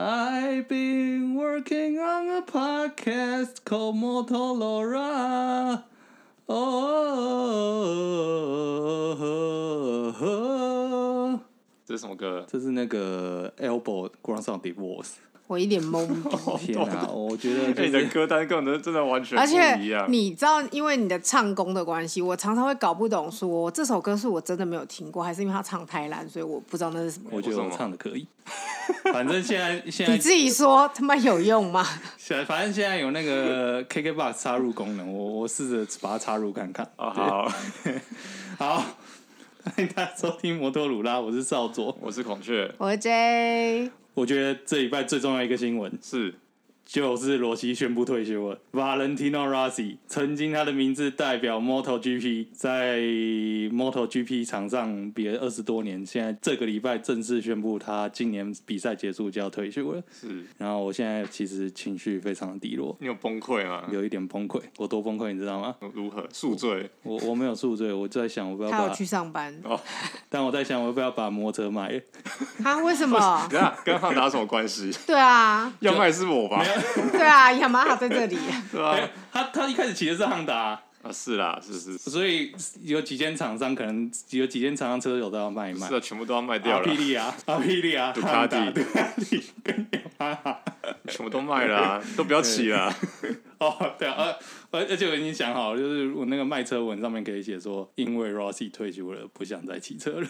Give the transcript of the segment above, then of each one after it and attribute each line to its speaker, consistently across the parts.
Speaker 1: I've been working on a podcast called Motorola. Oh,
Speaker 2: 这是什么 歌？
Speaker 1: 这是那个 Elbow Ground Sound Divorce。
Speaker 3: 我一脸懵逼。
Speaker 1: 天啊，我觉得
Speaker 2: 哎、
Speaker 1: 就
Speaker 2: 你的
Speaker 1: 是
Speaker 2: 歌单跟我的真的完全
Speaker 3: 而且
Speaker 2: 不一样。
Speaker 3: 你知道，因为你的唱功的关系，我常常会搞不懂说，这首歌是我真的没有听过，还是因为他唱太烂，所以我不知道那是什么。
Speaker 1: 我觉得我唱的可以。反正现在现
Speaker 3: 你
Speaker 1: 在
Speaker 3: 自己说他妈有 用吗？
Speaker 1: 现在反正现在有那个 KKBox 插入功能，我我试着把它插入看看。
Speaker 2: 哦，好，
Speaker 1: 好，欢迎大家收听摩托鲁拉，我是少佐。
Speaker 2: 我是孔雀，
Speaker 3: 我是 J，
Speaker 1: 我觉得这礼拜最重要一个新闻
Speaker 2: 是
Speaker 1: 就是罗西宣布退休了。Valentino Rossi 曾经他的名字代表 MotoGP，在 MotoGP 场上比了二十多年，现在这个礼拜正式宣布他今年比赛结束就要退休了。
Speaker 2: 是，
Speaker 1: 然后我现在其实情绪非常低落，
Speaker 2: 你有崩溃吗？
Speaker 1: 有一点崩溃。我多崩溃，你知道吗？
Speaker 2: 如何宿醉？
Speaker 1: 我我没有宿醉，我在想我不要
Speaker 3: 他有
Speaker 1: 把
Speaker 3: 去，上班，
Speaker 2: 哦，
Speaker 1: 但我在想我要不要把摩托车卖了。
Speaker 3: 他啊为什 么？
Speaker 2: 等一下跟汉达有什么关 系？
Speaker 3: 对啊，
Speaker 2: 要卖是我吧？
Speaker 3: 对啊，雅马哈在这里，
Speaker 2: 对啊
Speaker 1: 哎，他他一开始骑的是汉达、
Speaker 2: 啊是啦，是是是，
Speaker 1: 所以有几间厂商可能有几间厂商车手都要卖一卖
Speaker 2: 是。啊，全部都要卖掉
Speaker 1: 阿
Speaker 2: 了
Speaker 1: 霹，雳啊，阿霹雳啊，
Speaker 2: 杜卡迪
Speaker 1: 汉达杜卡迪跟雅马哈。
Speaker 2: 全部都卖了 啊，都不要骑了啊。
Speaker 1: 哦，对啊，而而且我已经想好了，就是我那个卖车文上面可以写说，因为 Rossi 退休了，不想再骑车了。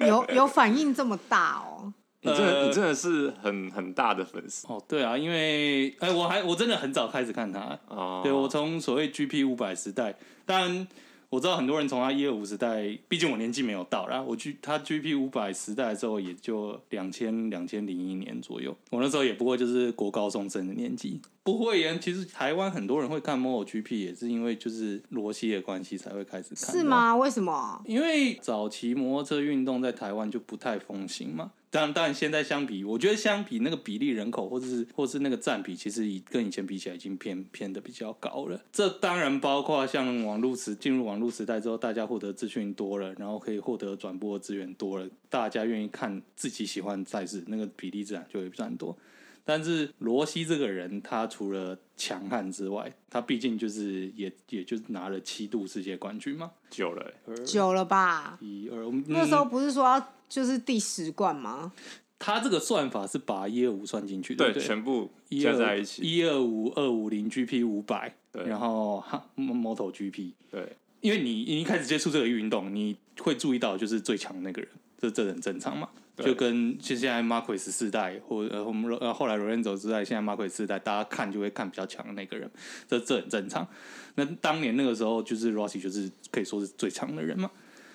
Speaker 3: 有有反应这么大哦。
Speaker 2: 你真的，
Speaker 1: 呃
Speaker 2: 你真的是很很大的粉丝
Speaker 1: 哦，对啊，因为哎、我还我真的很早开始看他，
Speaker 2: 哦。
Speaker 1: 对我从所谓 GP 五百时代，当然我知道很多人从他一二五时代，毕竟我年纪没有到啦，我去他 GP 五百时代的时候也就两千两千零一年左右，我那时候也不过就是国高中生的年纪。不会言，其实台湾很多人会看 MotoGP，也是因为就是罗西的关系才会开始看。
Speaker 3: 是？吗？为什么？
Speaker 1: 因为早期摩托车运动在台湾就不太风行嘛。当然，当然，现在相比，我觉得相比那个比例人口，或是或是那个占比，其实已跟以前比起来已经偏偏的比较高了。这当然包括像网络时进入网络时代之后，大家获得资讯多了，然后可以获得转播资源多了，大家愿意看自己喜欢的赛事，那个比例自然就会占多。但是罗西这个人，他除了强悍之外，他毕竟就是也也就拿了七度世界冠军嘛。
Speaker 2: 久了欸，
Speaker 3: 久了吧？
Speaker 1: 一二，我们
Speaker 3: 那时候
Speaker 1: 嗯
Speaker 3: 不是说要就是第十冠吗？
Speaker 1: 他这个算法是把一二五算进去，
Speaker 2: 对，
Speaker 1: 不对？
Speaker 2: 全部
Speaker 1: 一
Speaker 2: 加
Speaker 1: 二
Speaker 2: 在一起，
Speaker 1: 一二五二五零 GP 五百，
Speaker 2: 对
Speaker 1: 然后哈 Moto GP，
Speaker 2: 对，
Speaker 1: 因为你你一开始接触这个运动，你会注意到就是最强那个人，这这很正常嘛。
Speaker 2: 对
Speaker 1: 就跟就现在 Marquez 四代，或呃我们呃后来 Lorenzo 之代，现在 Marquez 四代，大家看就会看比较强的那个人，这这很正常。那当年那个时候，就是 Rossi 就是可以说是最强的人嘛，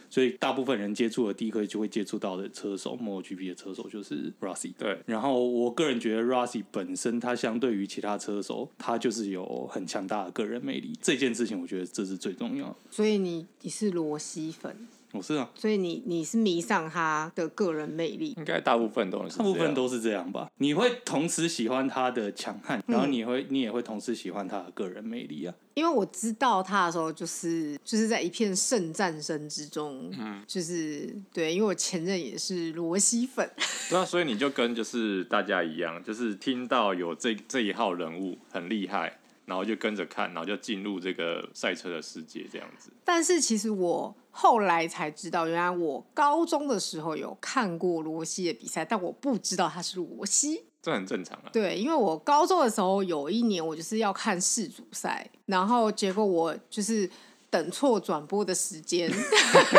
Speaker 1: 所以大部分人接触的第一个就会接触到的车手，MotoGP 的车手就是 Rossi。
Speaker 2: 对，
Speaker 1: 然后我个人觉得 Rossi 本身他相对于其他车手，他就是有很强大的个人魅力，这件事情我觉得这是最重要的。
Speaker 3: 所以你你是罗西粉，
Speaker 1: 我是啊，
Speaker 3: 所以你你是迷上他的个人魅力。
Speaker 2: 应该大部分都是啊
Speaker 1: 大部分
Speaker 2: 这样
Speaker 1: 都是这样吧。你会同时喜欢他的强悍，然后
Speaker 3: 嗯
Speaker 1: 你会你也会同时喜欢他的个人魅力啊。
Speaker 3: 因为我知道他的时候，就是就是在一片圣战声之中，就是对，因为我前任也是罗西粉，
Speaker 2: 对啊，所以你就跟就是大家一样，就是听到有这这一号人物很厉害，然后就跟着看，然后就进入这个赛车的世界这样子。
Speaker 3: 但是其实我后来才知道，原来我高中的时候有看过罗西的比赛，但我不知道他是罗西。
Speaker 2: 这很正常啊。
Speaker 3: 对，因为我高中的时候有一年我就是要看世足赛，然后结果我就是等错转播的时间，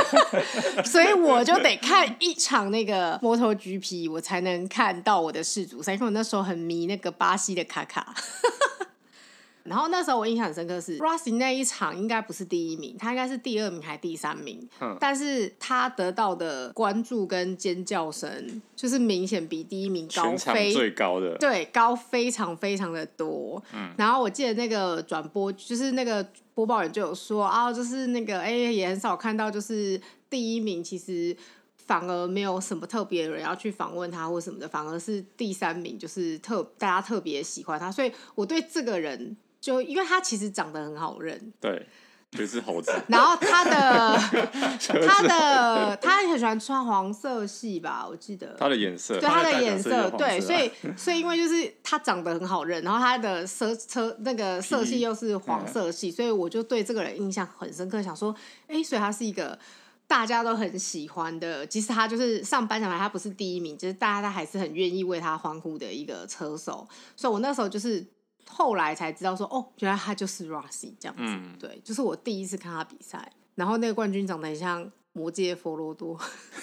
Speaker 3: 所以我就得看一场那个摩托 GP，我才能看到我的世足赛，因为我那时候很迷那个巴西的卡卡。 然后那时候我印象很深刻是 r o s s i 那一场应该不是第一名，他应该是第二名还是第三名，
Speaker 2: 嗯
Speaker 3: 但是他得到的关注跟尖叫声就是明显比第一名高
Speaker 2: 全场
Speaker 3: 非
Speaker 2: 最高的，
Speaker 3: 对，高非常非常的多。然后我记得那个转播，就是那个播报员就有说啊，就是那个哎、也很少看到，就是第一名其实反而没有什么特别的人要去访问他或什么的，反而是第三名就是特大家特别喜欢他，所以我对这个人就因为他其实长得很好认，
Speaker 2: 对，有一只猴子，
Speaker 3: 然后他的他的他很喜欢穿黄色系吧，我记得。
Speaker 2: 它的颜色，
Speaker 3: 对
Speaker 2: 它代
Speaker 3: 的
Speaker 2: 表
Speaker 3: 颜
Speaker 2: 色就是黄
Speaker 3: 对，
Speaker 2: 啊
Speaker 3: 所 以所以因为就是他长得很好认，然后他的色车那个色系又是黄
Speaker 2: 嗯
Speaker 3: 色系，所以我就对这个人印象很深刻，想说，哎，所以他是一个大家都很喜欢的，即使他就是上颁奖台他不是第一名，就是大家他还是很愿意为他欢呼的一个车手，所以我那时候就是后来才知道说，哦，原来他就是 Rossi 这样子，
Speaker 2: 嗯
Speaker 3: 对，就是我第一次看他比赛，然后那个冠军长得很像魔界佛罗多。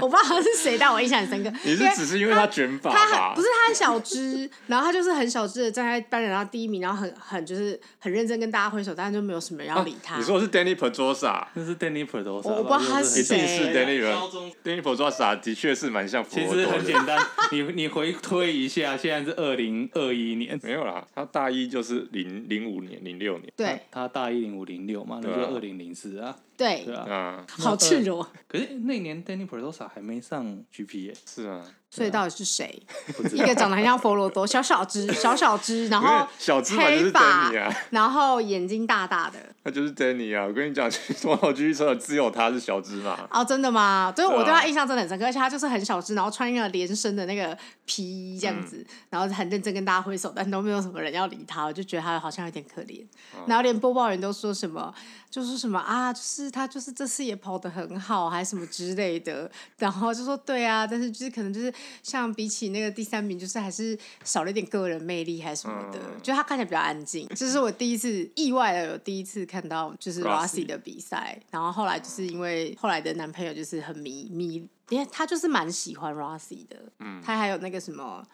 Speaker 3: 我不知道他是谁，但我印象 很深刻。
Speaker 2: 你是
Speaker 3: 因为
Speaker 2: 只是因为它卷发
Speaker 3: 他很
Speaker 2: 吧
Speaker 3: 不？是他很小只， 然后他就是很小只的站在班长，然后第一名，然后很很就是很认真跟大家挥手，但是就没有什么人要理他。
Speaker 2: 啊你说的是 Danny Pedrosa，Danny
Speaker 1: 那是 Danny p e r d o s
Speaker 3: 我不知道他是谁啊
Speaker 2: 一定是 Danny 人
Speaker 1: 高中
Speaker 2: Pedrosa 的确是蛮像佛
Speaker 1: 其
Speaker 2: 罗
Speaker 1: 实
Speaker 2: 多
Speaker 1: 很
Speaker 2: 的
Speaker 1: 简。单，你你回推一下，现在是二零二一年，
Speaker 2: 没有啦，他大一就是零零五年、零六年，
Speaker 3: 对
Speaker 1: 他大一零五零六嘛，那就
Speaker 2: 对啊
Speaker 1: 二零零四啊，
Speaker 3: 对，
Speaker 1: 对啊。
Speaker 2: 啊，
Speaker 3: 好赤裸。
Speaker 1: 可是那年 Danny p e r d o s 还没上 GP 耶，
Speaker 2: 是啊，
Speaker 3: 所以到底是谁？
Speaker 1: 不知
Speaker 3: 一
Speaker 1: 道
Speaker 3: 个长得很像佛罗多，小小只，小小只，然
Speaker 2: 因为
Speaker 3: 后
Speaker 2: 小芝麻就
Speaker 3: 黑
Speaker 2: 是
Speaker 3: 发
Speaker 2: Danny 啊，，
Speaker 3: 然后眼睛大大的。
Speaker 2: 他就是 Danny 啊。我跟你讲，多少 G 车只有他是小芝麻，
Speaker 3: 哦，真的吗？就是
Speaker 2: 对啊
Speaker 3: 我对他印象真的很深刻，而且他就是很小只，然后穿一个连身的那个皮衣这样子，然后很认真跟大家挥手，但都没有什么人要理他，我就觉得他好像有点可怜。然后连播报员都说什么，就说什么啊，就是他就是这次也跑得很好，还什么之类的，然后就说对啊，但是就是可能就是像比起那个第三名，就是还是少了一点个人魅力还是什么的，
Speaker 2: 嗯
Speaker 3: 就他看起来比较安静。这是我第一次意外的有第一次看到就是
Speaker 2: Rossi
Speaker 3: Rossi 的比赛，然后后来就是因为后来的男朋友就是很迷迷，因为他就是蛮喜欢 Rossi 的，嗯，他还有那个什么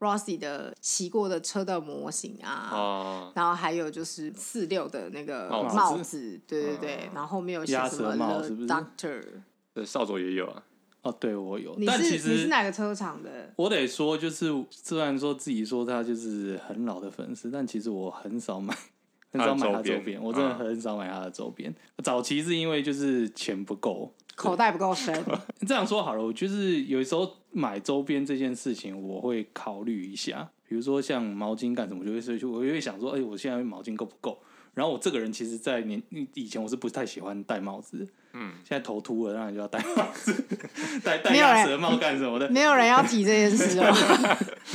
Speaker 3: Rossi 的骑过的车的模型啊，
Speaker 2: 哦，
Speaker 3: 然后还有就是四六的那个
Speaker 2: 帽
Speaker 1: 子
Speaker 3: 帽子，对对对，然后后面有写
Speaker 1: 鸭
Speaker 3: 什
Speaker 1: 舌
Speaker 3: 么
Speaker 1: 帽
Speaker 3: The
Speaker 1: 是不是
Speaker 3: Doctor，
Speaker 2: 对，少佐也有啊，
Speaker 1: 哦，对我有，
Speaker 3: 你
Speaker 1: 但
Speaker 3: 是
Speaker 1: 其
Speaker 3: 你是
Speaker 1: 实
Speaker 3: 哪个车厂的？
Speaker 1: 我得说，就是虽然说自己说他就是很老的粉丝，但其实我很少买，很少买他
Speaker 2: 他的周边
Speaker 1: 周边，我真的
Speaker 2: 啊
Speaker 1: 很少买他的周边。早期是因为就是钱不够，
Speaker 3: 口袋不够深，
Speaker 1: 这样说好了，我就是有时候买周边这件事情，我会考虑一下，比如说像毛巾干什么，我就会所以就我就会想说，哎、我现在毛巾够不够？然后我这个人其实，在年以前我是不太喜欢戴帽子，嗯，现在头秃了，当然就要戴帽子， 戴戴
Speaker 3: 没有
Speaker 1: 鸭
Speaker 3: 人
Speaker 1: 舌帽干什么的。
Speaker 3: 没有人要提这件事哦，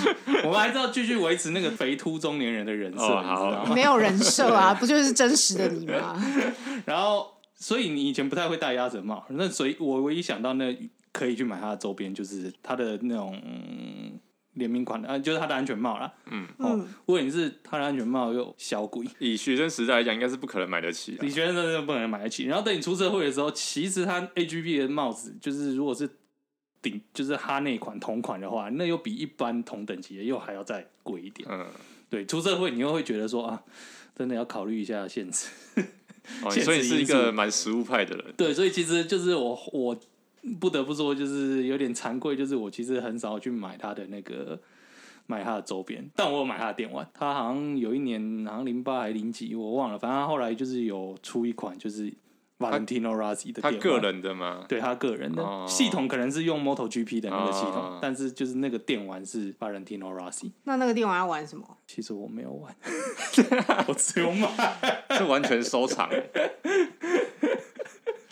Speaker 1: 我们还是要继续维持那个肥秃中年人的人设，
Speaker 2: 哦
Speaker 1: 你知道
Speaker 2: 好
Speaker 1: 吗？
Speaker 3: 没有人设啊，不就是真实的你吗？
Speaker 1: 然后，所以你以前不太会戴鸭舌帽，那所以我唯一想到那可以去买它的周边，就是它的那种嗯联名款的，啊，就是它的安全帽啦。
Speaker 2: 嗯，
Speaker 1: 哦，
Speaker 3: 嗯
Speaker 1: 问题是它的安全帽又小鬼，
Speaker 2: 以学生时代来讲，应该是不可能买得起啊的
Speaker 1: 你。学生真的不可能买得起。然后等你出社会的时候，其实它 A G B 的帽子，就是如果是顶，就是哈那款同款的话，那又比一般同等级的又还要再贵一点。
Speaker 2: 嗯，
Speaker 1: 对，出社会你又会觉得说啊，真的要考虑一下现实。
Speaker 2: 哦，
Speaker 1: 现实
Speaker 2: 所以你是一
Speaker 1: 因素
Speaker 2: 个蛮实务派的人，
Speaker 1: 对，所以其实就是我我不得不说，就是有点惭愧，就是我其实很少去买他的那个买他的周边，但我有买他的电玩，他好像有一年好像零八还零几，我忘了，反正他后来就是有出一款就是 Valentino Rossi 的
Speaker 2: 他
Speaker 1: 电玩。
Speaker 2: 个人的吗？
Speaker 1: 对他个人的、
Speaker 2: 哦
Speaker 1: 系统可能是用 MotoGP 的那个系统，
Speaker 2: 哦
Speaker 1: 但是就是那个电玩是 Valentino Rossi。
Speaker 3: 那那个电玩要玩什么？
Speaker 1: 其实我没有 玩， 我只有买。
Speaker 2: 这完全收 藏欸，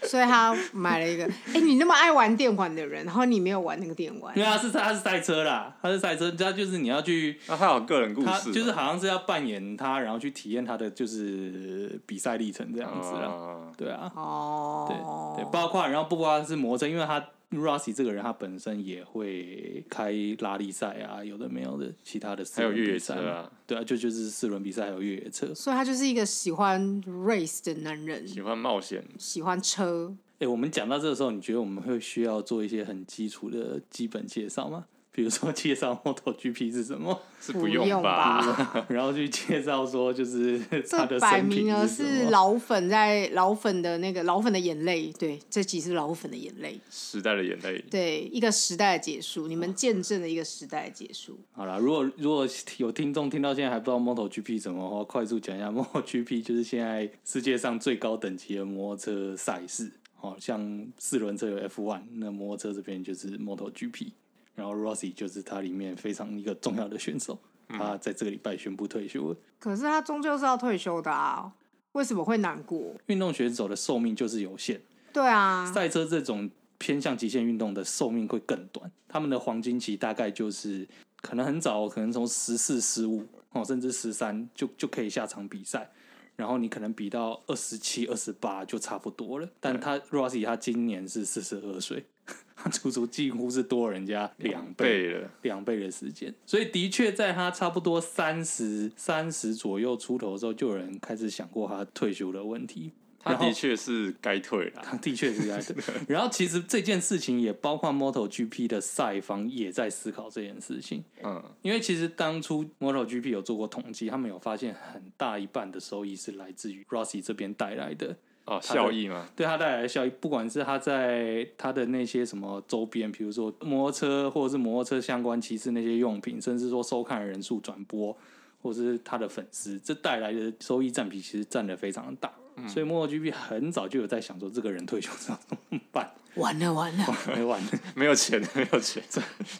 Speaker 3: 所以他买了一个，哎、你那么爱玩电玩的人，然后你没有玩那个电玩
Speaker 1: 因，为他是他是赛车啦，他是赛车，他就是你要去
Speaker 2: 那他有个人故事
Speaker 1: 他
Speaker 2: 吗，
Speaker 1: 就是好像是要扮演他，然后去体验他的就是比赛历程这样子啦。
Speaker 2: 哦
Speaker 1: 对啊，对
Speaker 3: 哦，
Speaker 1: 对，包括然后不光是摩托车，因为他 Rossi 这个人，他本身也会开拉力赛啊，有的没有的其他的四
Speaker 2: 还有
Speaker 1: 轮
Speaker 2: 越
Speaker 1: 比
Speaker 2: 野
Speaker 1: 赛
Speaker 2: 车
Speaker 1: 嘛。
Speaker 2: 啊，
Speaker 1: 对啊，就就是四轮比赛还有越野车。
Speaker 3: 所以他就是一个喜欢 race 的男人，
Speaker 2: 喜欢冒险，
Speaker 3: 喜欢车，
Speaker 1: 哎、我们讲到这个时候，你觉得我们会需要做一些很基础的基本介绍吗？ 比如说介绍 MotoGP 是什 么，
Speaker 2: 是
Speaker 3: 不
Speaker 2: 用
Speaker 3: 用
Speaker 2: 吧？
Speaker 3: 吧？
Speaker 1: 然后去介绍说就是他的
Speaker 3: 这摆
Speaker 1: 生平
Speaker 3: 明了
Speaker 1: 是什
Speaker 3: 是
Speaker 1: 么
Speaker 3: 老粉在老粉的那个老粉的眼泪，对，这集是老粉的眼泪，
Speaker 2: 时代的眼 泪，
Speaker 3: 对，一个时代的结束，你们见证了一个时代的结束。
Speaker 1: 好啦，如果如果有听众听到现在还不知道 MotoGP 怎么的话，快速讲一下 MotoGP 就是现在世界上最高等级的摩托车赛事。哦，像四轮车有 F1，那摩托车这边就是 MotoGP，然后 Rossi 就是它里面非常一个重要的选手，他在这个礼拜宣布退休了。
Speaker 3: 可是他终究是要退休的啊，为什么会难过？
Speaker 1: 运动选手的寿命就是有限，
Speaker 3: 对啊，
Speaker 1: 赛车这种偏向极限运动的寿命会更短，他们的黄金期大概就是可能很早，可能从十四、十五哦，甚至十三就就可以下场比赛。然后你可能比到二十七、二十八就差不多了，但他 Rossi 他今年是四十二岁， 他足足近乎是多人家两倍
Speaker 2: 倍了，
Speaker 1: 两倍的时间，所以的确在他差不多三十三十左右出头的时候，就有人开始想过他退休的问题。
Speaker 2: 他
Speaker 1: 然后
Speaker 2: 的确是该退了。
Speaker 1: 的确是这样的。 然后其实这件事情也包括 MotoGP 的赛方也在思考这件事情，
Speaker 2: 嗯，
Speaker 1: 因为其实当初 MotoGP 有做过统计，他们有发现很大一半的收益是来自于 Rossi 这边带来的，
Speaker 2: 哦，
Speaker 1: 他的
Speaker 2: 效益嘛，
Speaker 1: 对他带来的效益，不管是他在他的那些什么周边，比如说摩托车或者是摩托车相关骑士那些用品，甚至说收看人数、转播，或者是他的粉丝，这带来的收益占比其实占的非常大。所以摩托 GP 很早就有在想说，这个人退休之后怎么办？
Speaker 3: 完了完了，
Speaker 1: 没完了，
Speaker 2: 没有钱，没有钱，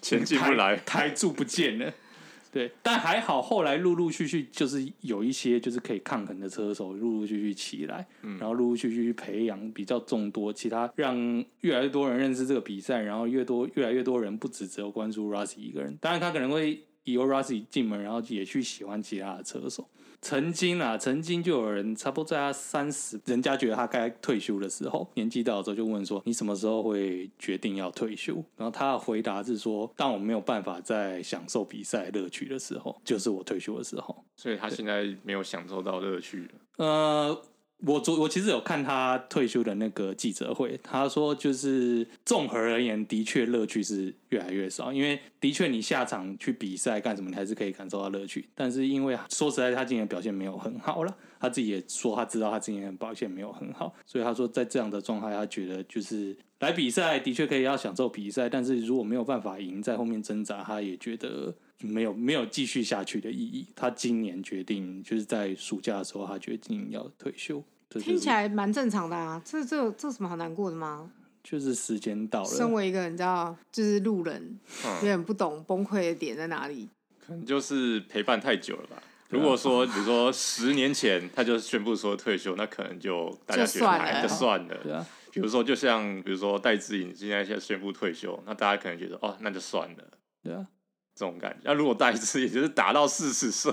Speaker 2: 钱进不来。
Speaker 1: 台柱不见了。对，但还好，后来陆陆续续就是有一些就是可以抗衡的车手陆陆续续起来，
Speaker 2: 嗯
Speaker 1: 然后陆陆续续去培养比较众多其他，让越来越多人认识这个比赛，然后越多越来越多人不只只有关注 Rossi 一个人，当然他可能会由 Rossi 进门，然后也去喜欢其他的车手。曾经啊，曾经就有人差不多在他三十，人家觉得他该退休的时候，年纪到了之后就问说：“你什么时候会决定要退休？”然后他的回答是说：“当我没有办法再享受比赛乐趣的时候，就是我退休的时候。
Speaker 2: 所以他现在没有享受到乐趣了。”
Speaker 1: 呃，我昨我其实有看他退休的那个记者会，他说就是综合而言，的确乐趣是越来越少，因为的确你下场去比赛干什么，你还是可以感受到乐趣，但是因为说实在，他今年表现没有很好了，他自己也说他知道他今年表现没有很好，所以他说在这样的状态，他觉得就是。来比赛的确可以要享受比赛，但是如果没有办法赢，在后面挣扎，他也觉得没有没有继续下去的意义。他今年决定就是在暑假的时候，他决定要退休。这就是
Speaker 3: 听起来蛮正常的啊，这这这有什么好难过的吗？
Speaker 1: 就是时间到
Speaker 3: 身
Speaker 1: 了，
Speaker 3: 为一个你知道，就是路人，有
Speaker 2: 嗯，
Speaker 3: 点不懂崩溃的点在哪里。
Speaker 2: 可能就是陪伴太久了吧。如果说比如说十年前他就宣布说退休，那可能就大家觉得
Speaker 3: 算
Speaker 2: 哎
Speaker 3: 了
Speaker 2: 就算
Speaker 1: 对
Speaker 2: 了。
Speaker 1: 啊，
Speaker 2: 比如说，就像比如说戴志颖现在现在宣布退休，那大家可能觉得哦，那就算了
Speaker 1: 对啊，
Speaker 2: 这种感觉。那如果戴志颖就是打到四十岁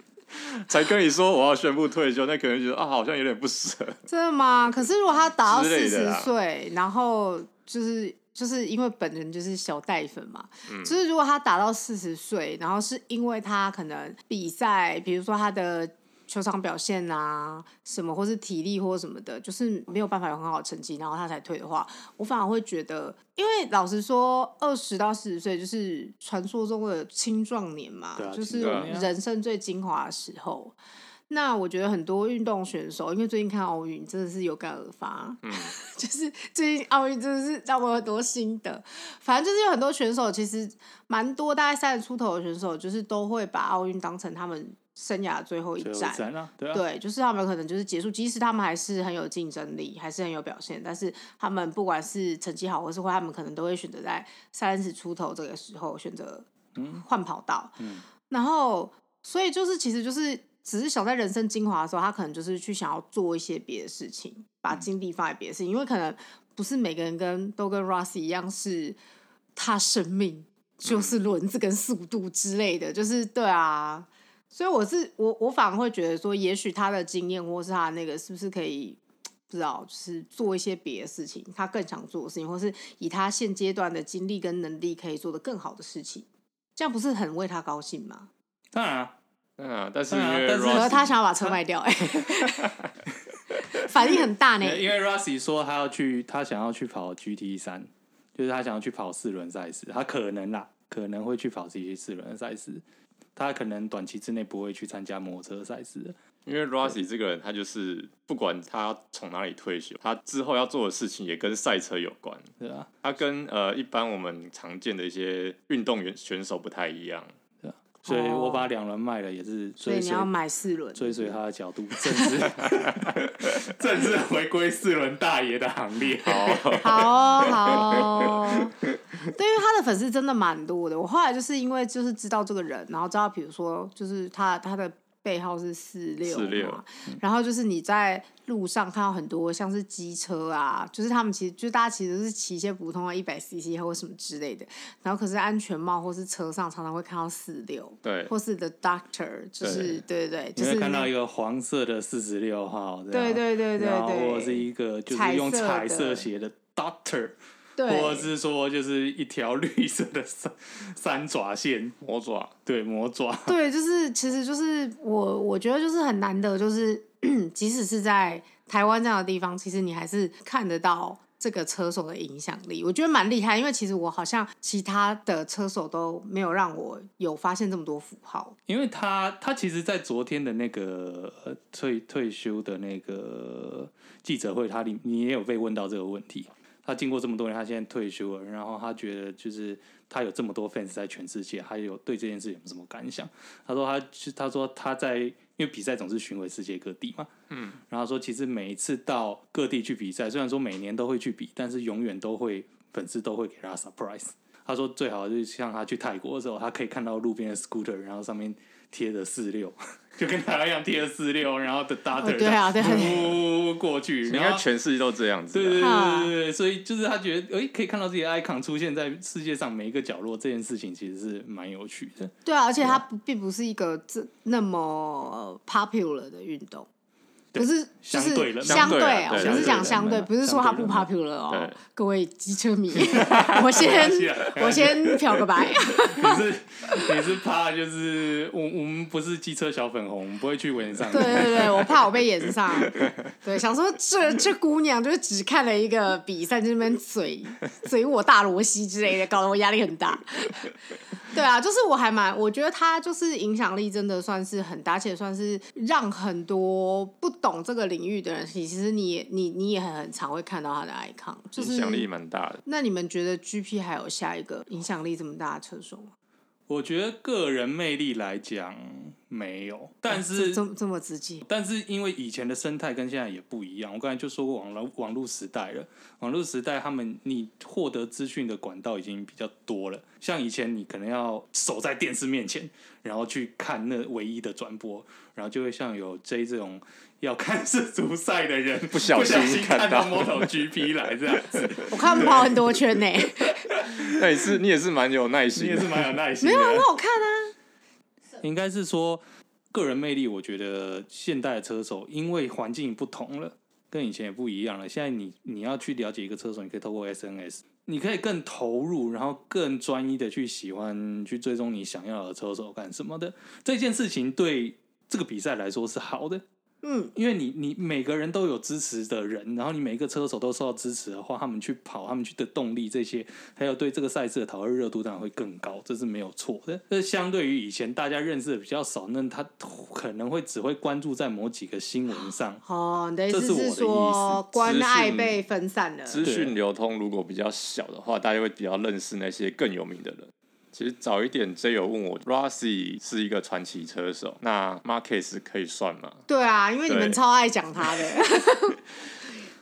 Speaker 2: 才跟你说我要宣布退休，那可能觉得啊，好像有点不舍。
Speaker 3: 真的吗？可是如果他达到
Speaker 2: 之
Speaker 3: 四
Speaker 2: 类的
Speaker 3: 十
Speaker 2: 啦
Speaker 3: 岁，然后就是就是因为本人就是小戴粉嘛，
Speaker 2: 嗯
Speaker 3: 就是如果他打到四十岁，然后是因为他可能比赛，比如说他的球场表现啊什么，或是体力或什么的，就是没有办法有很好的成绩，然后他才退的话，我反而会觉得，因为老实说，二十到四十岁就是传说中的青壮年嘛，
Speaker 1: 对啊
Speaker 3: 就是
Speaker 2: 青
Speaker 3: 我
Speaker 2: 壮
Speaker 3: 们
Speaker 1: 年啊
Speaker 3: 人生最精华的时候。那我觉得很多运动选手，因为最近看奥运真的是有感而发，
Speaker 2: 嗯，
Speaker 3: 就是最近奥运真的是让我有很多心得。反正就是有很多选手，其实蛮多，大概三十出头的选手，就是都会把奥运当成他们生涯的最后一
Speaker 1: 最后
Speaker 3: 站
Speaker 1: 一。站啊，对啊，
Speaker 3: 对，就是他们可能就是结束，即使他们还是很有竞争力，还是很有表现，但是他们不管是成绩好或是坏，他们可能都会选择在三十出头这个时候选择换跑道。
Speaker 1: 嗯
Speaker 3: 然后所以就是其实就是只是想在人生精华的时候，他可能就是去想要做一些别的事情，
Speaker 1: 嗯
Speaker 3: 把精力放在别的事情，因为可能不是每个人跟都跟 Rossi 一样是他生命。就是
Speaker 1: 嗯
Speaker 3: 轮子跟速度之类的，就是对啊，所以我是我我反而会觉得说，也许他的经验或是他的那个是不是可以不知道，就是做一些别的事情，他更想做的事情，或是以他现阶段的经历跟能力可以做的更好的事情，这样不是很为他高兴吗？
Speaker 1: 当然、啊，
Speaker 2: 啊，但是
Speaker 1: 对
Speaker 2: 因
Speaker 1: 啊
Speaker 2: 为
Speaker 1: 但是
Speaker 3: 可
Speaker 2: Rossi-
Speaker 3: 是他想要把车卖掉、 哎，反应很大呢。
Speaker 1: 因为 Rossi 说他要去，他想要去跑 GT 三，就是他想要去跑四轮赛事，他可能啦，可能会去跑这些四轮的赛事，他可能短期之内不会去参加摩托车赛事了，
Speaker 2: 因为 Rossi 这个人，他就是不管他从哪里退休，他之后要做的事情也跟赛车有关。
Speaker 1: 对啊，
Speaker 2: 他跟呃一般我们常见的一些运动员选手不太一样。
Speaker 1: 所以
Speaker 3: 哦
Speaker 1: 我把两轮卖了也是
Speaker 3: 所
Speaker 1: 追
Speaker 3: 以你
Speaker 1: 随
Speaker 3: 要买四轮，
Speaker 1: 追随他的角 度，正式 正式回归四轮大爷的行列。
Speaker 2: 哦，
Speaker 3: 好哦，好哦，对，因为他的粉丝真的蛮多的。我后来就是因为就是知道这个人，然后知道比如说就是他他的背号是四六
Speaker 2: 46
Speaker 3: 嘛，
Speaker 1: 嗯
Speaker 3: 然后就是你在路上看到很多像是机车啊，就是他们其实就是大家其实都是骑一些普通的一百 CC 或什么之类的，然后可是安全帽或是车上常常会看到四六，
Speaker 2: 对
Speaker 3: 或是 The Doctor，就是对对对，就
Speaker 1: 你
Speaker 3: 是
Speaker 1: 会看到一个黄色的四十六号，这
Speaker 3: 对
Speaker 1: 样
Speaker 3: 对对对
Speaker 1: 然后或者是
Speaker 3: 对，
Speaker 1: 一个就是
Speaker 3: 彩
Speaker 1: 用
Speaker 3: 色
Speaker 1: 彩色
Speaker 3: 的
Speaker 1: 写的 Doctor，
Speaker 3: 对，
Speaker 1: 或者是说就是一条绿色的三三爪线，
Speaker 2: 魔爪，
Speaker 1: 对魔爪，
Speaker 3: 对，就是其实就是我我觉得就是很难得，就是 即使是在台湾这样的地方，其实你还是看得到。这个车手的影响力，我觉得蛮厉害，因为其实我好像其他的车手都没有让我有发现这么多符号。
Speaker 1: 因为他他其实，在昨天的那个呃退退休的那个记者会，他里你也有被问到这个问题。他经过这么多年，他现在退休了，然后他觉得就是他有这么多 fans 在全世界，他有对这件事有什么感想？他说他是他说他在因为比赛总是巡回世界各地嘛，嗯，然后他说其实每一次到各地去比赛，虽然说每年都会去比，但是永远都会粉丝都会给他 surprise。他说最好就是像他去泰国的时候，他可以看到路边的 scooter，然后上面贴着四六，就跟台湾一样贴着四六，然后的搭
Speaker 3: 哦对啊对啊对
Speaker 1: 呜过去，
Speaker 2: 应
Speaker 1: 然
Speaker 2: 该
Speaker 1: 后
Speaker 2: 全世界都这样子、
Speaker 1: 对对
Speaker 2: 啊。
Speaker 1: 对对对，所以就是他觉得，哎、可以看到自己的 icon 出现在世界上每一个角落，这件事情其实是蛮有趣 的。
Speaker 3: 对啊，而且它不并不是一个这那么 popular 的运动，不
Speaker 1: 对
Speaker 3: 是就
Speaker 1: 相
Speaker 3: 是
Speaker 1: 对了
Speaker 3: 相
Speaker 2: 相对
Speaker 3: 对
Speaker 2: 了
Speaker 3: 哦，
Speaker 2: 对
Speaker 3: 我是讲
Speaker 1: 相对了
Speaker 3: 相对，
Speaker 1: 嗯
Speaker 3: 不是说它不
Speaker 1: 相
Speaker 3: popular 哦
Speaker 2: 对，
Speaker 3: 各位机车迷，我先我先 漂个白。
Speaker 1: 你是你是怕就是我我们不是机车小粉红，我们不会去文上。
Speaker 3: 对对对，我怕我被演上。对，想说这这姑娘就是只看了一个比赛，就在那边嘴 嘴我大罗西之类的，搞得我压力很大。对啊，就是我还蛮，我觉得她就是影响力真的算是很大，而且算是让很多不懂这个领域的人，其实你也你你也很很常会看到她的 icon，就
Speaker 2: 影响力
Speaker 3: 是。
Speaker 2: 蛮大的，
Speaker 3: 那你们觉得 GP 还有下一个影响力这么大的车手吗？
Speaker 1: 我觉得个人魅力来讲没有，但是
Speaker 3: 这么这么直接，
Speaker 1: 但是因为以前的生态跟现在也不一样，我刚才就说过网络网络时代了，网络时代他们你获得资讯的管道已经比较多了，像以前你可能要守在电视面前，然后去看那唯一的转播，然后就会像有 J 这种要看世足赛的 人不
Speaker 2: 小心
Speaker 1: 心
Speaker 2: 看
Speaker 1: 到
Speaker 2: 到
Speaker 1: MotoGP 来这样子，
Speaker 3: 我看他们跑很多 圈呢、
Speaker 2: 那也是你也是蛮有耐
Speaker 1: 你
Speaker 2: 心
Speaker 1: 也
Speaker 2: 的
Speaker 1: 是，蛮有耐心
Speaker 3: 没
Speaker 1: 的。
Speaker 3: 有很好看啊。
Speaker 1: 应该是说个人魅力，我觉得现代的车手因为环境不同了，跟以前也不一样了。现在你你要去了解一个车手，你可以透过 SNS，你可以更投入，然后更专一的去喜欢、去追踪你想要的车手干什么的。这件事情对这个比赛来说是好的，
Speaker 3: 嗯，
Speaker 1: 因为你你每个人都有支持的人，然后你每一个车手都受到支持的话，他们去跑，他们去的动力这些，还有对这个赛事的讨论热度当然会更高，这是没有错的。这相对于以前大家认识的比较少，那他可能会只会关注在某几个新闻上。
Speaker 3: 哦，你的意
Speaker 1: 这
Speaker 3: 思
Speaker 1: 是我的
Speaker 3: 是
Speaker 1: 意思
Speaker 3: 说关
Speaker 2: 资
Speaker 3: 爱
Speaker 2: 讯
Speaker 3: 被分散了？
Speaker 2: 资讯流通如果比较小的话，大家会比较认识那些更有名的人。其实早一点 J 有问我，Rossi 是一个传奇车手，那 Marquez 可以算吗？
Speaker 3: 对啊，因为你们
Speaker 2: 对
Speaker 3: 超爱讲 他的。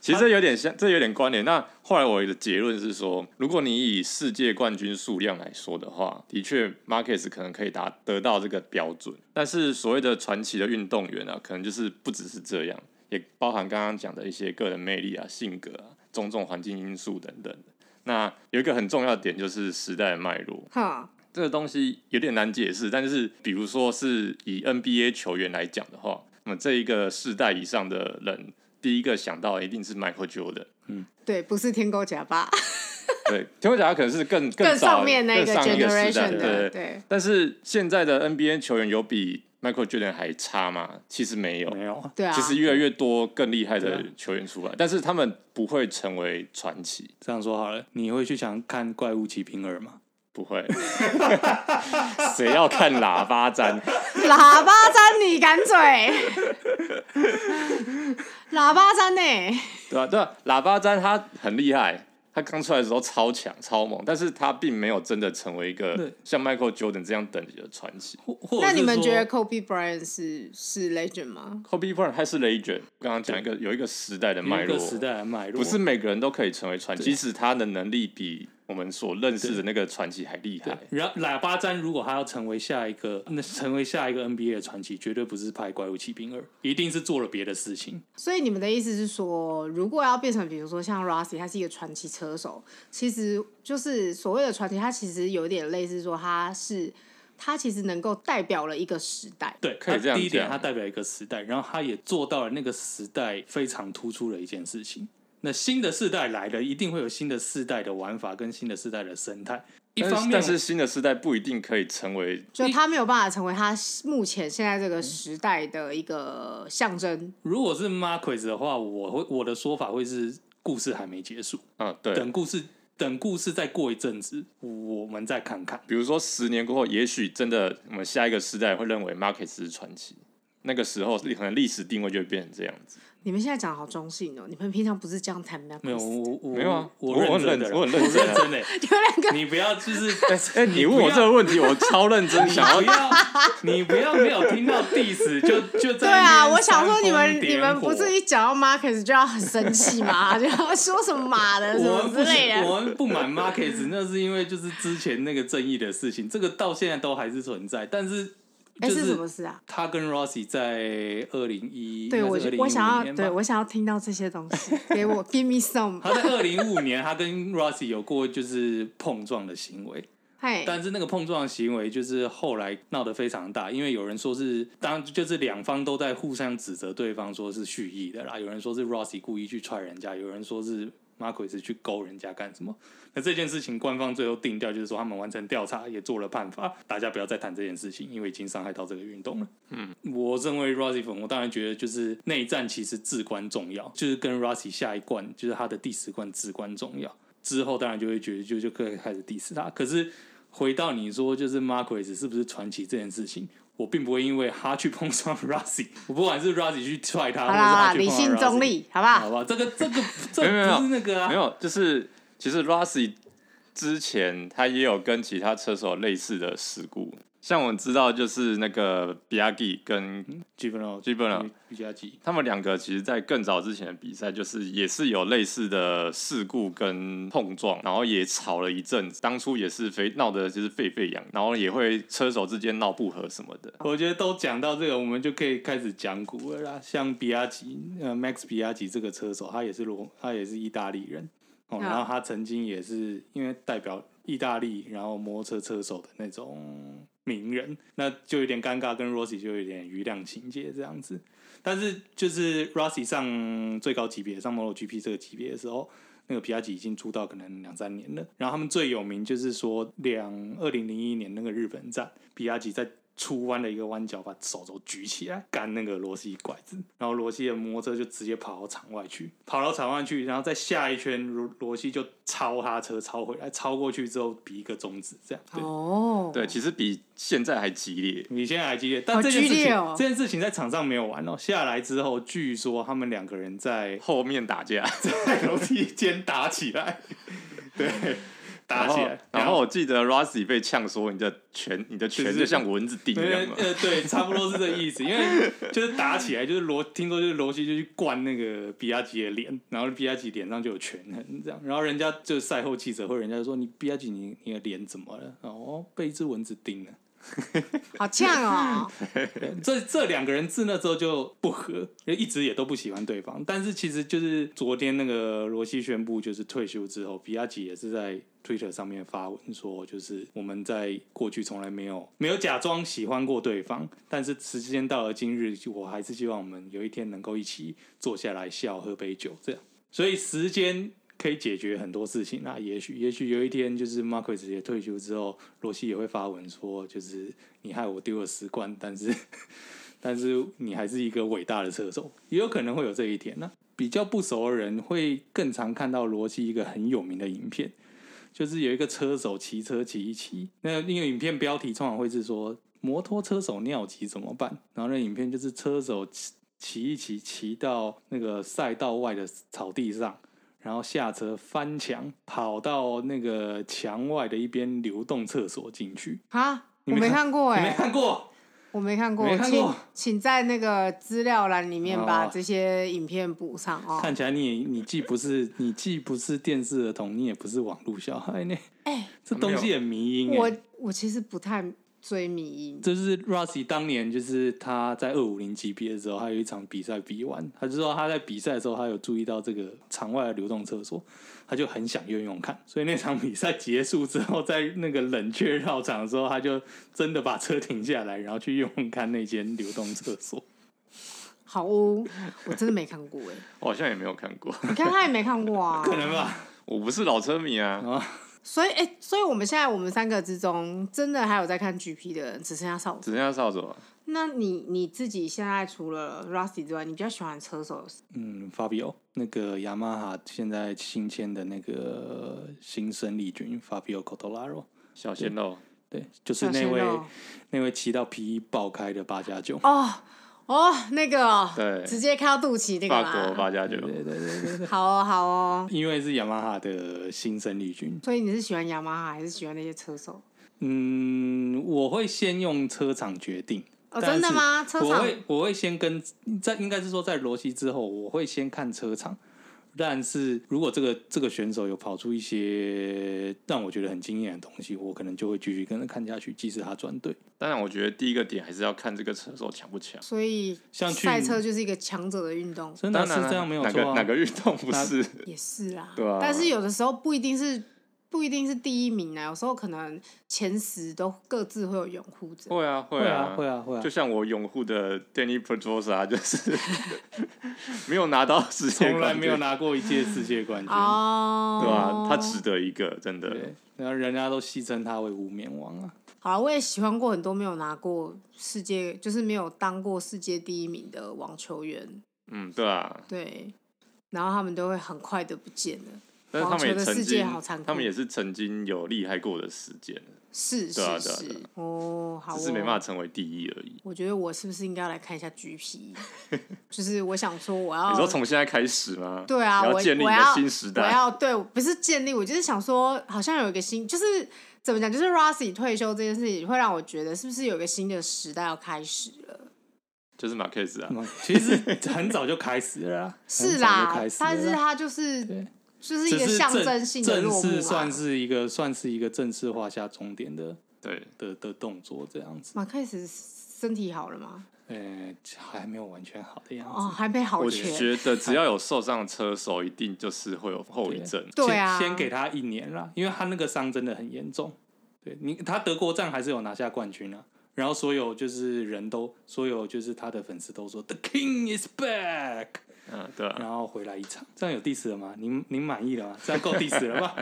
Speaker 2: 其实这有点像，这有点关联。那后来我的结论是说，如果你以世界冠军数量来说的话，的确 Marquez 可能可以达得到这个标准。但是所谓的传奇的运动员啊，可能就是不只是这样，也包含刚刚讲的一些个人魅力啊、性格啊、种种环境因素等等的。那有一个很重要的点就是时代的脉络，
Speaker 3: 哼，
Speaker 2: 这个东西有点难解释，但是比如说是以 NBA 球员来讲的话，那么这一个世代以上的人，第一个想到的一定是 Michael Jordan。
Speaker 3: 对，不是天狗假巴，
Speaker 2: 对，听我讲，他可能是更
Speaker 3: 更
Speaker 2: 早
Speaker 3: 上面那
Speaker 2: 更上一个时代
Speaker 3: generation
Speaker 2: 对。对
Speaker 3: 的，对，
Speaker 2: 但是现在的 NBA 球员有比 Michael Jordan 还差吗？其实没有，
Speaker 1: 没有啊，
Speaker 3: 对啊
Speaker 2: 其。实越来越多更厉害
Speaker 1: 对
Speaker 2: 的
Speaker 1: 啊
Speaker 2: 球员出来，但是他们不会成为传奇，
Speaker 1: 这样说好了，你会去想看《怪物骑兵二》吗？
Speaker 2: 不会。谁要看喇叭战？
Speaker 3: 喇叭粘你敢 嘴？喇叭粘呢？
Speaker 2: 对啊，对啊，喇叭詹他很厉害，他刚出来的时候超强、超猛，但是他并没有真的成为一个
Speaker 1: 对
Speaker 2: 像 Michael Jordan 这样等级的传奇。
Speaker 1: 或或者
Speaker 3: 那
Speaker 1: 是
Speaker 3: 你们
Speaker 1: 说
Speaker 3: 觉得 Kobe Bryant 是是 legend 吗？
Speaker 2: Kobe Bryant 他是 legend，刚刚讲一个有一个时代的
Speaker 1: 有
Speaker 2: 脉
Speaker 1: 一
Speaker 2: 络，
Speaker 1: 个时代的脉络
Speaker 2: 不是每个人都可以成为传奇，即使他的能力比我们所认识的那个传奇还厉害。
Speaker 1: 然后喇叭詹如果他要成为下一个，那成为下一个 NBA 的传奇，绝对不是拍《怪物骑兵二》，一定是做了别的事情。
Speaker 3: 所以你们的意思是说，如果要变成比如说像 Rossi，他是一个传奇车手，其实就是所谓的传奇，他其实有点类似说他是他其实能够代表了一个时代。
Speaker 1: 对，
Speaker 2: 可以
Speaker 1: 他
Speaker 2: 这样
Speaker 1: 第一点，
Speaker 2: 讲
Speaker 1: 他代表一个时代，然后他也做到了那个时代非常突出的一件事情。那新的世代来了，一定会有新的世代的玩法跟新的世代的生态。一
Speaker 2: 但是
Speaker 1: 方面
Speaker 2: 但是新的时代不一定可以成为
Speaker 3: 就他没有办法成为他目前现在这
Speaker 1: 嗯
Speaker 3: 个时代的一个象征，
Speaker 1: 如果是 Marquis 的话，我会我的说法会是故事还没结束，
Speaker 2: 啊，对，
Speaker 1: 等故事等故事再过一阵子，我们再看看。
Speaker 2: 比如说十年过后，也许真的我们下一个时代会认为 Market 是传奇，那个时候可能历史定位就会变成这样子。
Speaker 3: 你们现在讲得好中性哦、你们平常不是这样谈的，
Speaker 1: 没有，我我
Speaker 2: 没有啊
Speaker 1: 我
Speaker 2: 我很
Speaker 1: 认
Speaker 2: 认
Speaker 1: 的
Speaker 2: 真
Speaker 1: 人，
Speaker 2: 我很认真啊
Speaker 1: 真的。
Speaker 3: 你们两个
Speaker 1: 你不要就是
Speaker 2: 哎、 哎你问
Speaker 1: 不要
Speaker 2: 我 这个问题，我超认真
Speaker 1: 你
Speaker 2: 想要
Speaker 1: 不要，你不要没有听到 diss 就就在
Speaker 3: 对啊，
Speaker 1: 那边
Speaker 3: 我想说你
Speaker 1: 煽
Speaker 3: 们
Speaker 1: 风
Speaker 3: 你
Speaker 1: 点
Speaker 3: 们不
Speaker 1: 火
Speaker 3: 是一讲到 Marcus 就要很生气吗？ 就要说什么马的什
Speaker 1: 我
Speaker 3: 么
Speaker 1: 们不
Speaker 3: 之
Speaker 1: 是
Speaker 3: 类的。
Speaker 1: 我们不满 Markets，那是因为就是之前那个正义的事情，这个到现在都还是存在，但是
Speaker 3: 哎、
Speaker 1: 就是
Speaker 3: 什么
Speaker 1: 是。
Speaker 3: 事啊？
Speaker 1: 他跟 Rossi 在二零一，
Speaker 3: 对我就我想要，对
Speaker 1: 对
Speaker 3: 我想要听到这些东西，给我 give me some。
Speaker 1: 他在二零五年，他跟 Rossi 有过就是碰撞的行为，
Speaker 3: 嘿，
Speaker 1: 但是那个碰撞的行为就是后来闹得非常大，因为有人说是当就是两方都在互相指责对方说是蓄意的啦，有人说是 Rossi 故意去踹人家，有人说是 Marquis 去勾人家干什么。那这件事情官方最后定调就是说他们完成调查，也做了判罚，大家不要再谈这件事情，因为已经伤害到这个运动了。我认为 Rossi 粉，我当然觉得就是内战其实至关重要，就是跟 Rossi 下一冠，就是他的第十冠至关重要。之后当然就会觉得就就可以开始 diss 他。可是回到你说就是 Marquez 是不是传奇这件事情，我并不会因为他去碰撞 Rossi，我 不管是 Rossi 去踹他，
Speaker 3: 好
Speaker 1: 或者
Speaker 3: 啦
Speaker 1: 是
Speaker 3: 好啦，
Speaker 1: 他去
Speaker 3: 理
Speaker 1: 碰撞
Speaker 3: 性
Speaker 1: Rossi，
Speaker 3: 中立，好不好
Speaker 1: 好？吧？这个这个这
Speaker 2: 没有没有
Speaker 1: 不是那个啊，
Speaker 2: 没有，就是其实 Rossi 之前他也有跟其他车手类似的事故，像我们知道就是那个 b i a g i 跟
Speaker 1: 基本上
Speaker 2: 基本上
Speaker 1: 比加吉
Speaker 2: 他们两个，其实在更早之前的比赛，就是也是有类似的事故跟碰撞，然后也吵了一阵子，当初也是非闹得就是沸沸扬，然后也会车手之间闹不和什么的。
Speaker 1: 我觉得都讲到这个，我们就可以开始讲古了啦。像比亚吉，呃，Max 比亚吉这个车手，他也是罗，他也是意大利人哦。
Speaker 3: 啊
Speaker 1: 然后他曾经也是因为代表意大利，然后摩托车车手的那种名人，那就有点尴尬，跟 Rossi 就有点余量情节这样子。但是就是 Rossi 上最高级别，上 MotoGP 这个级别的时候，那个皮亚吉已经出道可能两三年了。然后他们最有名就是说，两二零零一年那个日本站，皮亚吉在出弯的一个弯角，把手肘举起来干那个罗西拐子，然后罗西的摩托车就直接跑到场外去，跑到场外去，然后在下一圈罗罗西就超他车超回来，超过去之后比一个中指这样。对
Speaker 3: 哦，
Speaker 2: 对，其实比现在还激烈。
Speaker 1: 你现在还激烈，但
Speaker 3: 好
Speaker 1: 这件事
Speaker 3: 激烈
Speaker 1: 情、
Speaker 3: 哦
Speaker 1: 这件事情在场上没有完哦。下来之后，据说他们两个人在
Speaker 2: 后面打架，
Speaker 1: 在楼梯间打起 来，对，打起来，
Speaker 2: 然后然后我记得 Rossi 被呛说：“你的拳，你的
Speaker 1: 就
Speaker 2: 拳
Speaker 1: 是
Speaker 2: 就像蚊子叮一样
Speaker 1: 对
Speaker 2: 嘛。
Speaker 1: 呃对，差不多是这意思，因为就是打起来，就是罗听说就是罗西就去灌那个比亚吉的脸，然后比亚吉脸上就有拳痕这样，然后人家就赛后记者会，人家就说你比亚吉你你的脸怎么了？哦，被一只蚊子叮了。
Speaker 3: 好呛哦！
Speaker 1: 这这两个人自那之后就不和，一直也都不喜欢对方。但是其实就是昨天那个罗西宣布就是退休之后，比亚吉也是在 Twitter 上面发文说，就是我们在过去从来没有没有假装喜欢过对方，但是时间到了今日，我还是希望我们有一天能够一起坐下来笑，喝杯酒这样。所以时间。可以解决很多事情啊，也许，也许有一天就是 Marcus 也退休之后，罗西也会发文说，就是你害我丢了十冠，但是但是你还是一个伟大的射手，也有可能会有这一天呢、比较不熟的人会更常看到罗西一个很有名的影片，就是有一个车手骑车骑一骑，那那个影片标题通常会是说摩托车手尿急怎么办，然后那影片就是车手骑骑一骑骑到那个赛道外的草地上。然后下车翻墙，跑到那个墙外的一边流动厕所进去。
Speaker 3: 啊，
Speaker 1: 你
Speaker 3: 我
Speaker 1: 没
Speaker 3: 没
Speaker 1: 看
Speaker 3: 看过
Speaker 1: 你没
Speaker 3: 哎，
Speaker 1: 看过？
Speaker 3: 我没看过，
Speaker 1: 没看
Speaker 3: 请
Speaker 1: 过
Speaker 3: 请在那个资料栏里面
Speaker 1: 哦
Speaker 3: 把这些影片补上哦。
Speaker 1: 看起来你你既不是你既不是电视儿童，你也不是网络小孩呢。
Speaker 3: 哎
Speaker 1: 这东西很迷因哎、
Speaker 3: 我我其实不太追迷音，
Speaker 1: 就是 Rossi 当年就是他在二五零 GB 的时候，他有一场比赛比完，他就说他在比赛的时候，他有注意到这个场外的流动厕所，他就很想用用看，所以那场比赛结束之后，在那个冷却绕场的时候，他就真的把车停下来，然后去用用看那间流动厕所。
Speaker 3: 好哦，我真的没看过哎，
Speaker 2: 我好像也没有看过，
Speaker 3: 你看他也没看过啊，
Speaker 1: 可能吧，
Speaker 2: 我不是老车迷啊。
Speaker 3: 所以哎、所以我们现在我们三个之中，真的还有在看 GP 的人只剩下少佐。
Speaker 2: 只剩下扫帚啊，
Speaker 3: 那你你自己现在除了 Rusty 之外，你比较喜欢车手是？
Speaker 1: 嗯，Fabio 那个雅马哈现在新签的那个新生力军 Fabio Cotolaro，
Speaker 2: 小鲜肉，
Speaker 1: 对，就是那
Speaker 3: 小鲜
Speaker 1: 位
Speaker 3: 肉
Speaker 1: 那位骑到皮衣爆开的八加九。
Speaker 3: 哦哦，那个哦
Speaker 2: 对
Speaker 3: 直接看到肚脐那个
Speaker 2: 法国
Speaker 3: 嘛。
Speaker 2: 八加九，
Speaker 1: 对对对对对，
Speaker 3: 好哦好哦，
Speaker 1: 因为是雅马哈的新生力军，
Speaker 3: 所以你是喜欢雅马哈还是喜欢那些车手？
Speaker 1: 嗯，我会先用车厂决定。
Speaker 3: 哦，
Speaker 1: 但
Speaker 3: 真的
Speaker 1: 是
Speaker 3: 吗？车
Speaker 1: 我
Speaker 3: 厂
Speaker 1: 会我会先跟在应该是说在罗西之后，我会先看车场。但是如果这个这个选手有跑出一些让我觉得很惊艳的东西，我可能就会继续跟着看下去，即使他转队。
Speaker 2: 当然，我觉得第一个点还是要看这个车手强不强。
Speaker 3: 所以
Speaker 1: 像去
Speaker 3: 赛车就是一个强者的运动，
Speaker 1: 真的
Speaker 2: 当
Speaker 1: 是
Speaker 2: 然啊
Speaker 1: 这样没有
Speaker 2: 哪
Speaker 1: 错
Speaker 2: 个
Speaker 1: 啊。
Speaker 2: 哪个运动不是？
Speaker 3: 也是啦。
Speaker 2: 对啊
Speaker 3: 但是有的时候不一定是不一定是第一名啊，有时候可能前十都各自会有拥护者。
Speaker 2: 会啊，会
Speaker 1: 会
Speaker 2: 啊，
Speaker 1: 啊会啊会啊
Speaker 2: 就像我拥护的 Danny Pedrosa，就是啊 没有拿到世界
Speaker 1: 从来
Speaker 2: 冠
Speaker 1: 没
Speaker 2: 军
Speaker 1: 有，拿过一届世界冠军，
Speaker 3: 哦，
Speaker 2: 对吧、他值得一个，真的
Speaker 1: 对。，然后人家都戏称他为无冕王啊。
Speaker 3: 好了，我也喜欢过很多没有拿过世界，就是没有当过世界第一名的网球员，
Speaker 2: 嗯，对啊。
Speaker 3: 对，然后他们都会很快的不见了，
Speaker 2: 但是他们也
Speaker 3: 网球的
Speaker 2: 曾
Speaker 3: 世界
Speaker 2: 经
Speaker 3: 好残酷，
Speaker 2: 他们也是曾经有厉害过的时间，
Speaker 3: 是
Speaker 2: 对啊
Speaker 3: 是
Speaker 2: 对啊对
Speaker 3: 是，哦，好哦，
Speaker 2: 只是没办法成为第一而已。
Speaker 3: 我觉得我是不是应该来看一下 GP？就是我想说，我要
Speaker 2: 你说从现在开始吗？
Speaker 3: 哦对啊，
Speaker 2: 你
Speaker 3: 我
Speaker 2: 要建立你
Speaker 3: 我
Speaker 2: 的
Speaker 3: 要
Speaker 2: 新时
Speaker 3: 我
Speaker 2: 代。
Speaker 3: 要对，我不是建立，我就是想说，好像有一个新，就是怎么讲，就是 Rossi 退休这件事情，会让我觉得是不是有一个新的时代要开始了？
Speaker 2: 就是马 k 斯啊，
Speaker 1: 嗯其实很早就开始了啦，
Speaker 3: 是
Speaker 1: 很早就
Speaker 3: 啦
Speaker 1: 开，始了啦
Speaker 3: 但是它就是
Speaker 1: 对
Speaker 3: 就是一
Speaker 1: 只
Speaker 3: 个
Speaker 1: 是
Speaker 3: 象
Speaker 1: 正
Speaker 3: 征性的落
Speaker 1: 正
Speaker 3: 幕
Speaker 1: 式
Speaker 3: 啊嘛。
Speaker 1: 算是一个算是一个正式画下终点的
Speaker 2: 对，
Speaker 1: 的的动作这样子，
Speaker 3: 马开始身体好了吗？
Speaker 1: 呃，还没有完全好的样子。
Speaker 3: 哦，还没好
Speaker 2: 我
Speaker 3: 全，
Speaker 2: 觉得只要有受伤的车手，一定就是会有后遗症。
Speaker 3: 对啊，
Speaker 1: 先先给他一年啦，因为他那个伤真的很严重。对你，他德国站还是有拿下冠军啊。然后所有就是人都，所有就是他的粉丝都说 The King is back，
Speaker 2: 嗯，对啊，
Speaker 1: 然后回来一场，这样有 diss 了吗？您您满意了吗？这样够 diss 了吧？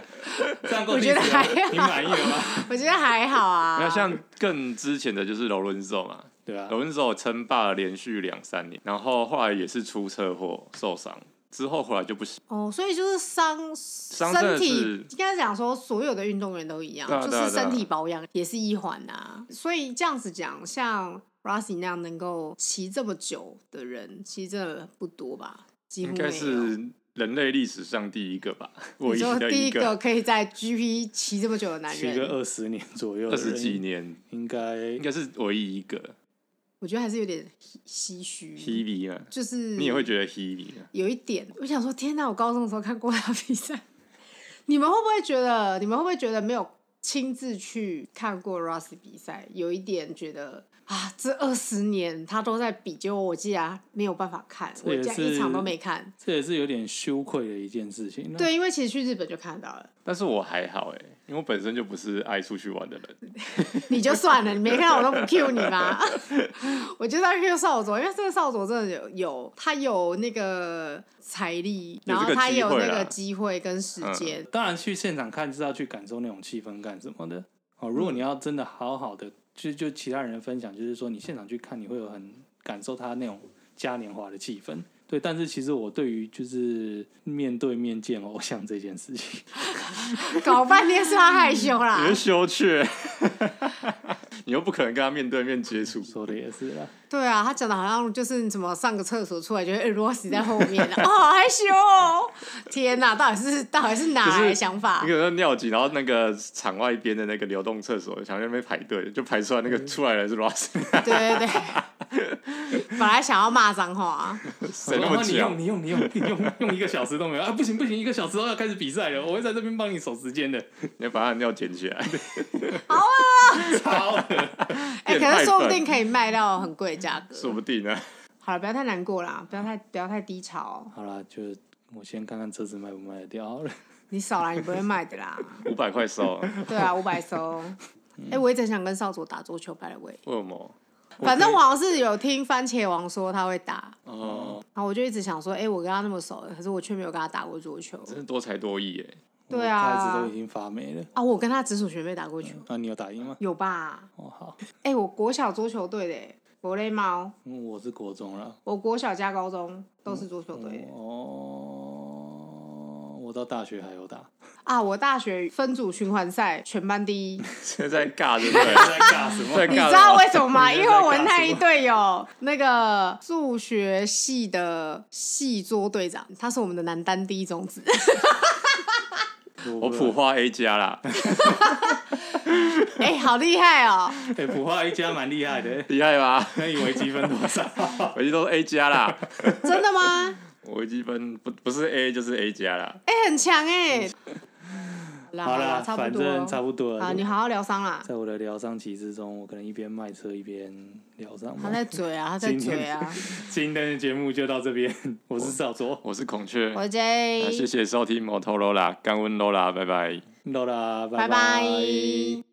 Speaker 1: 这样够
Speaker 3: 我
Speaker 1: diss
Speaker 3: 觉得
Speaker 1: 了
Speaker 3: 还好
Speaker 1: 吗？你满意了吗？
Speaker 3: 我觉得还 好啊。
Speaker 2: 那像更之前的就是柔伦寿嘛，
Speaker 1: 对啊，
Speaker 2: 柔伦寿称霸了连续两三年，然后后来也是出车祸受伤，之后回来就不行。
Speaker 3: 哦，所以就是伤
Speaker 2: 伤真的
Speaker 3: 身体
Speaker 2: 是，
Speaker 3: 应该讲说所有的运动员都一样，
Speaker 2: 对啊
Speaker 3: 就
Speaker 2: 对啊
Speaker 3: 是身
Speaker 2: 对
Speaker 3: 体
Speaker 2: 啊
Speaker 3: 保养也是一环啊。所以这样子讲，像 Rossi 那样能够骑这么久的人，其实真的不多吧，几乎
Speaker 2: 应
Speaker 3: 没有。
Speaker 2: 该是人类历史上第一个吧，唯
Speaker 3: 你
Speaker 2: 一
Speaker 3: 说
Speaker 2: 的
Speaker 3: 第一
Speaker 2: 个
Speaker 3: 个，可以在 GP 骑这么久的男
Speaker 1: 骑个
Speaker 3: 人，
Speaker 1: 二十年左右，
Speaker 2: 二十几，年，
Speaker 1: 应该
Speaker 2: 应该是唯一一个。
Speaker 3: 我觉得还是有点唏唏嘘，
Speaker 2: Hebe 嘛，
Speaker 3: 就是
Speaker 2: 啊你也会觉得啊 Hebe 嘛
Speaker 3: 有一点，我想说，天哪！我高中的时候看过他比赛， 你们会不会觉得，你们会不会觉得没有亲自去看过 Rossi 比赛，有一点觉得啊，这二十年他都在比，结果我竟然没有办法看，
Speaker 1: 这
Speaker 3: 我
Speaker 1: 也
Speaker 3: 竟然
Speaker 1: 是嗯
Speaker 3: 一场都没看。
Speaker 1: 这也是有点羞愧的一件事情。，啊
Speaker 3: 对，因为其实去日本就看到了，
Speaker 2: 但是我还好哎、因为我本身就不是爱出去玩的人。
Speaker 3: 你就算了，你没看到我都不 Q 你吗？ 我就在 Q 少佐，因为这个少佐真的有有他有那个财力，
Speaker 2: 有
Speaker 3: 然
Speaker 2: 这
Speaker 3: 后
Speaker 2: 个
Speaker 3: 他也
Speaker 2: 机
Speaker 3: 有
Speaker 2: 会
Speaker 3: 那
Speaker 2: 啦
Speaker 3: 个机会跟时
Speaker 2: 嗯
Speaker 3: 间，
Speaker 1: 当然去现场看是要去感受那种气氛感什么的。哦，如果你要真的好好的，就就其他人的分享，就是说你现场去看，你会有很感受他那种嘉年华的气氛。对，但是其实我对于就是面对面见偶像这件事情，
Speaker 2: 嗯
Speaker 3: 搞半天是他害羞啦。
Speaker 2: 你是羞怯， 你又不可能跟他面对面接触。
Speaker 1: 说的也是啦，
Speaker 3: 对啊，他讲的好像就是什么上个厕所出来就会落死在后面了， 哦，好害羞哦！天哪，到底是到底是哪
Speaker 2: 就
Speaker 3: 来
Speaker 2: 是
Speaker 3: 的想法
Speaker 2: 你？可能尿急，然后那个场外边的那个流动厕所，想在那边排队，就排出来
Speaker 1: 嗯
Speaker 2: 那个出来的 是 Ross，
Speaker 3: 对对对， 本来想要骂脏话，
Speaker 2: 谁那
Speaker 1: 哦然后
Speaker 2: 么
Speaker 1: 你
Speaker 2: 巧
Speaker 1: 用？你用 你用你用用一个小时都没有啊！不行不行，一个小时都要开始比赛了，我会在这边帮你守时间的。
Speaker 2: 你要把他的尿捡起来，
Speaker 1: 超恶
Speaker 3: 哎、
Speaker 2: 变态
Speaker 3: 可是说不
Speaker 2: 粉
Speaker 3: 定可以卖到很贵的价格。
Speaker 2: 说不定啊呢。
Speaker 3: 好了，不要太难过啦，不要太不要太低潮哦，
Speaker 1: 好啦，就我先看看车子卖不卖得掉好了。
Speaker 3: 你少来你不会卖的 啦。
Speaker 2: 五百块收，
Speaker 3: 对啊，五百收。 哎、我一直很想跟少佐打桌球，拜了喂。
Speaker 2: 为什么？
Speaker 3: 反正我好像是有听番茄王说他会打，
Speaker 2: 哦，
Speaker 3: 然后我就一直想说，哎、我跟他那么熟了，可是我却没有跟他打过桌球。
Speaker 2: 真是多才多艺欸耶！
Speaker 3: 对
Speaker 1: 我牌子
Speaker 3: 啊
Speaker 1: 都已，经嗯发霉了。
Speaker 3: 啊，我跟他直属学妹打过球，
Speaker 1: 那你有打赢吗？
Speaker 3: 有吧？
Speaker 1: 哦好，
Speaker 3: 哎、我国小桌球队的、欸，国内猫，
Speaker 1: 嗯我是国中了。
Speaker 3: 我国小加高中都是桌球队的、
Speaker 1: 哦，我到大学还有打，
Speaker 3: 啊。我大学分组循环赛全班第一，
Speaker 2: 现在尬对不对？
Speaker 1: 在尬什
Speaker 2: 在
Speaker 1: 么？
Speaker 3: 你
Speaker 2: 尬什
Speaker 3: 知道
Speaker 2: 么
Speaker 3: 为什么吗？
Speaker 1: 你
Speaker 3: 因
Speaker 1: 在
Speaker 3: 为
Speaker 1: 干
Speaker 3: 我
Speaker 1: 什
Speaker 3: 那一
Speaker 1: 么
Speaker 3: 队有那个数学系的系桌队长，他是我们的男单第一种子。
Speaker 2: 我普化 A 加啦，
Speaker 3: 哎、好厉害哦！
Speaker 1: 哎，普化一家蛮厉害的。
Speaker 2: 厉害吧？
Speaker 1: 那你以为积分多少？
Speaker 2: 我一都是 A 加啦，
Speaker 3: 真的吗？
Speaker 2: 我积分不不是 A 就是 A 加啦。
Speaker 3: 哎、很强哎、 好啦
Speaker 1: 好啦，
Speaker 3: 差不
Speaker 1: 反
Speaker 3: 多
Speaker 1: 正差不多
Speaker 3: 好，你
Speaker 1: 了。
Speaker 3: 好好疗伤啦。
Speaker 1: 在我的疗伤期之中，我可能一边卖车一边疗伤吧
Speaker 3: 他。在嘴啊，他在
Speaker 1: 今天
Speaker 3: 嘴啊。
Speaker 1: 今天的节目就到这边，我是少卓，
Speaker 2: 我是孔雀，啊
Speaker 3: 我
Speaker 2: 那
Speaker 3: 是 J，
Speaker 2: 谢谢收听摩托罗拉，干温罗拉，拜拜。
Speaker 1: 到啦，拜
Speaker 3: 拜拜